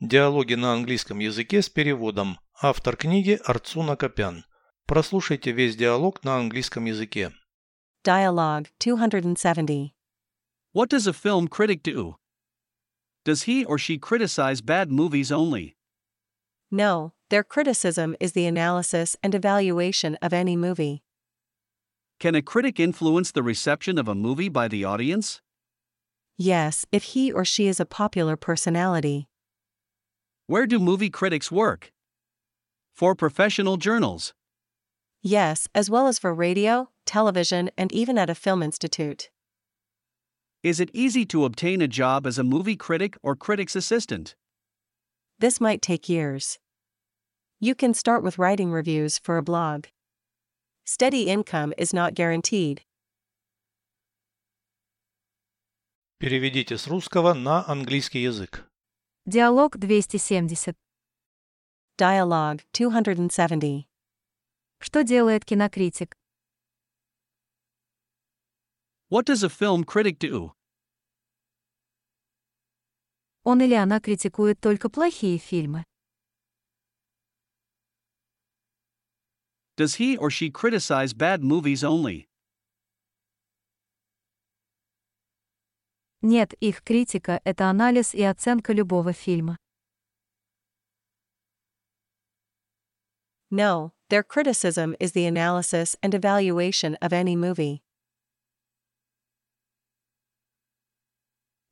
Диалоги на английском языке с переводом. Автор книги Арцуна Копян. Прослушайте весь диалог на английском языке. Dialogue 270. What does a film critic do? Does he or she criticize bad movies only? No, their criticism is the analysis and evaluation of any movie. Can a critic influence the reception of a movie by the audience? Yes, if he or she is a popular personality. Where do movie critics work? For professional journals. Yes, as well as for radio, television, and even at a film institute. Is it easy to obtain a job as a movie critic or critic's assistant? This might take years. You can start with writing reviews for a blog. Steady income is not guaranteed. Переведите с русского на английский язык. Диалог 270. Dialogue 270. Что делает кинокритик? What does a film critic do? Он или она критикует только плохие фильмы. Does he or she criticize bad movies only? Нет, их критика — это анализ и оценка любого фильма. No, their criticism is the analysis and evaluation of any movie.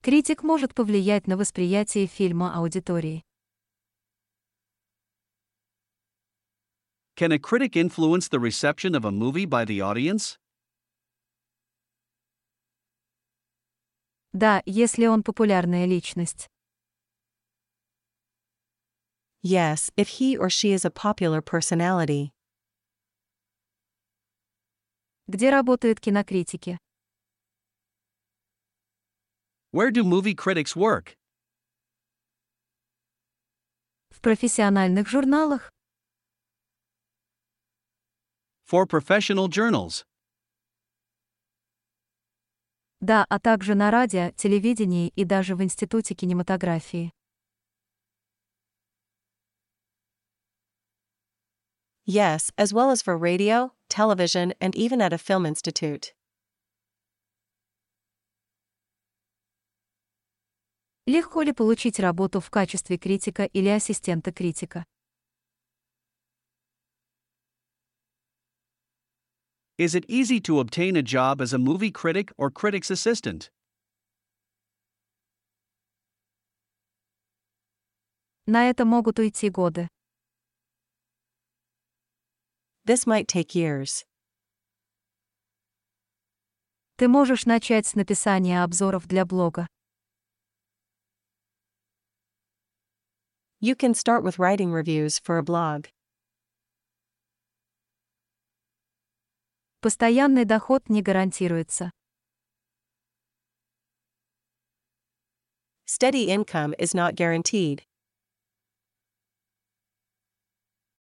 Критик может повлиять на восприятие фильма аудитории. Can a critic influence the reception of a movie by the audience? Да, если он популярная личность. Yes, if he or she is a popular personality. Где работают кинокритики? Where do movie critics work? В профессиональных журналах? For professional journals. Да, а также на радио, телевидении и даже в Институте кинематографии. Yes, as well as for radio, television, and even at a film institute. Легко ли получить работу в качестве критика или ассистента критика? Is it easy to obtain a job as a movie critic or critic's assistant? На это могут уйти годы. This might take years. Ты можешь начать с написания обзоров для блога. You can start with writing reviews for a blog. Постоянный доход не гарантируется. Steady income is not guaranteed.